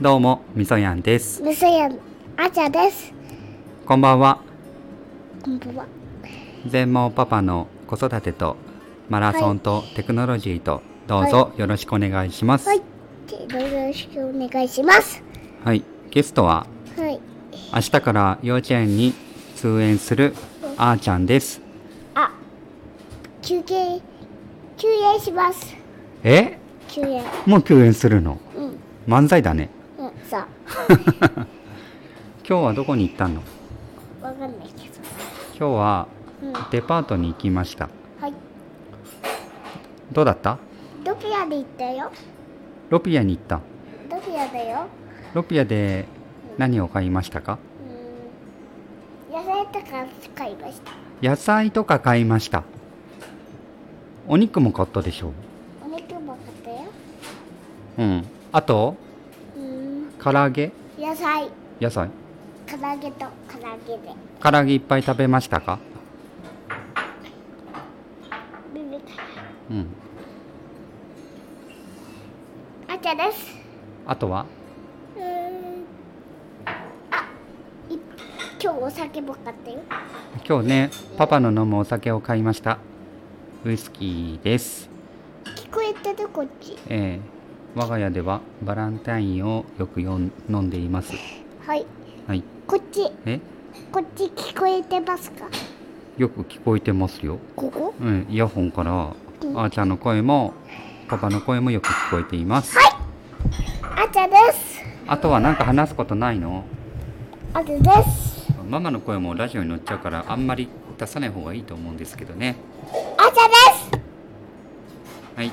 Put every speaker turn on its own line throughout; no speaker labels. どうも、みそやんです。
むすやんあちゃです
こんばんは。
こんばんは
全盲パパの子育てとマラソンとテクノロジーとどうぞよろしくお願いします。
はいよろしくお願いします
はい、ゲストは
はい
明日から幼稚園に通園するあーちゃんです。
あ休憩休憩します
え
休憩
もう休園するの
うん
漫才だね。
うんさ
今日はどこに行ったの
あわかんないけ
今日は
どうんは
デパートに行きました。
い
どうだった
ドピアで行ったよ
ロピアに行った。
ドピアだよ
ロピアで何を買いましたか
うん野菜とか買いました
野菜とか買いましたお肉も買ったでしょ
お肉も買ったよ
うんあと
うん
唐揚げ
野菜
野菜
唐揚げと唐揚げで
唐揚げいっぱい食べましたか
ビビか
うん
あちゃです
あとは
うーんあい今日お酒も買ったよ
今日ねパパの飲むお酒を買いましたウイスキーです
聞こえてるこっち
えー、我が家ではバランタインをよくよん飲んでいます
はい
はい
こっち
え
こっち聞こえてますか
よく聞こえてますよ
ここ
うんイヤホンからあーちゃんの声もパパの声もよく聞こえています
あちゃです
あとはなんか話すことないの
あちゃです
ママの声もラジオに乗っちゃうからあんまり出さない方がいいと思うんですけどね
あちゃです
はい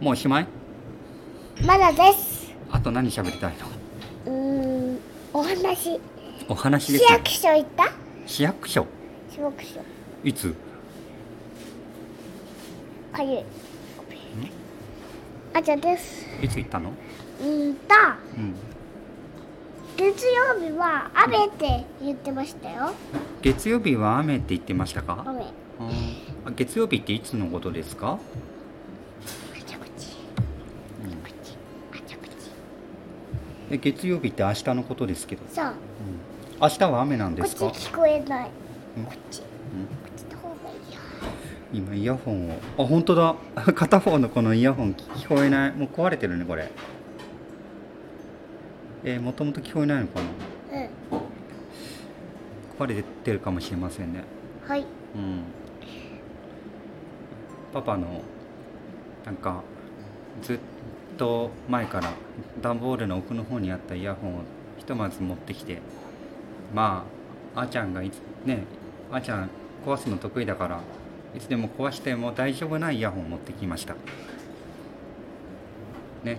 もうおしまい
まだです
あと何喋りたいの
うーんお話
お話で
市
すよ
役所行った
市役所
市役所
いつ
かゆいあちゃです
いつ行ったの
うーんと
うん
月曜日は雨って言ってましたよ
月曜日は雨って言ってましたか
雨あ
うんあ月曜日っていつのことですか
ちゃこっちこっちあちゃこっち
え月曜日って明日のことですけど
そう
明日は雨なんで
こっ
す
ち
か
聞こえない。
うん
こっち、こっちの方がいいよ。
今イヤホンをあ本当だ 片方のこのイヤホン聞こえないもう壊れてるねこれえー、もともと聞こえないのかな壊れてるかもしれませんね
うん、はい。
うんパパのなんかずっと前から段ボールの奥の方にあったイヤホンをひとまず持ってきてまああーちゃんがいつねあーちゃん壊すの得意だからいつでも壊しても大丈夫なイヤホンを持ってきましたね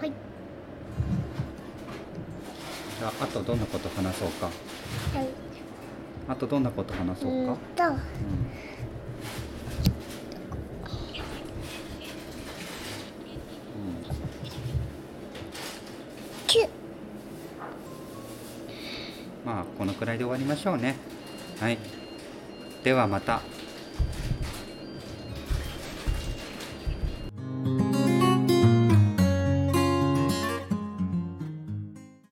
はい。
じゃああとどんなこと話そうか
はい。
あとどんなこと話そう
ー
か
ん、と、きゅ、
まあこのくらいで終わりましょうねはいではまた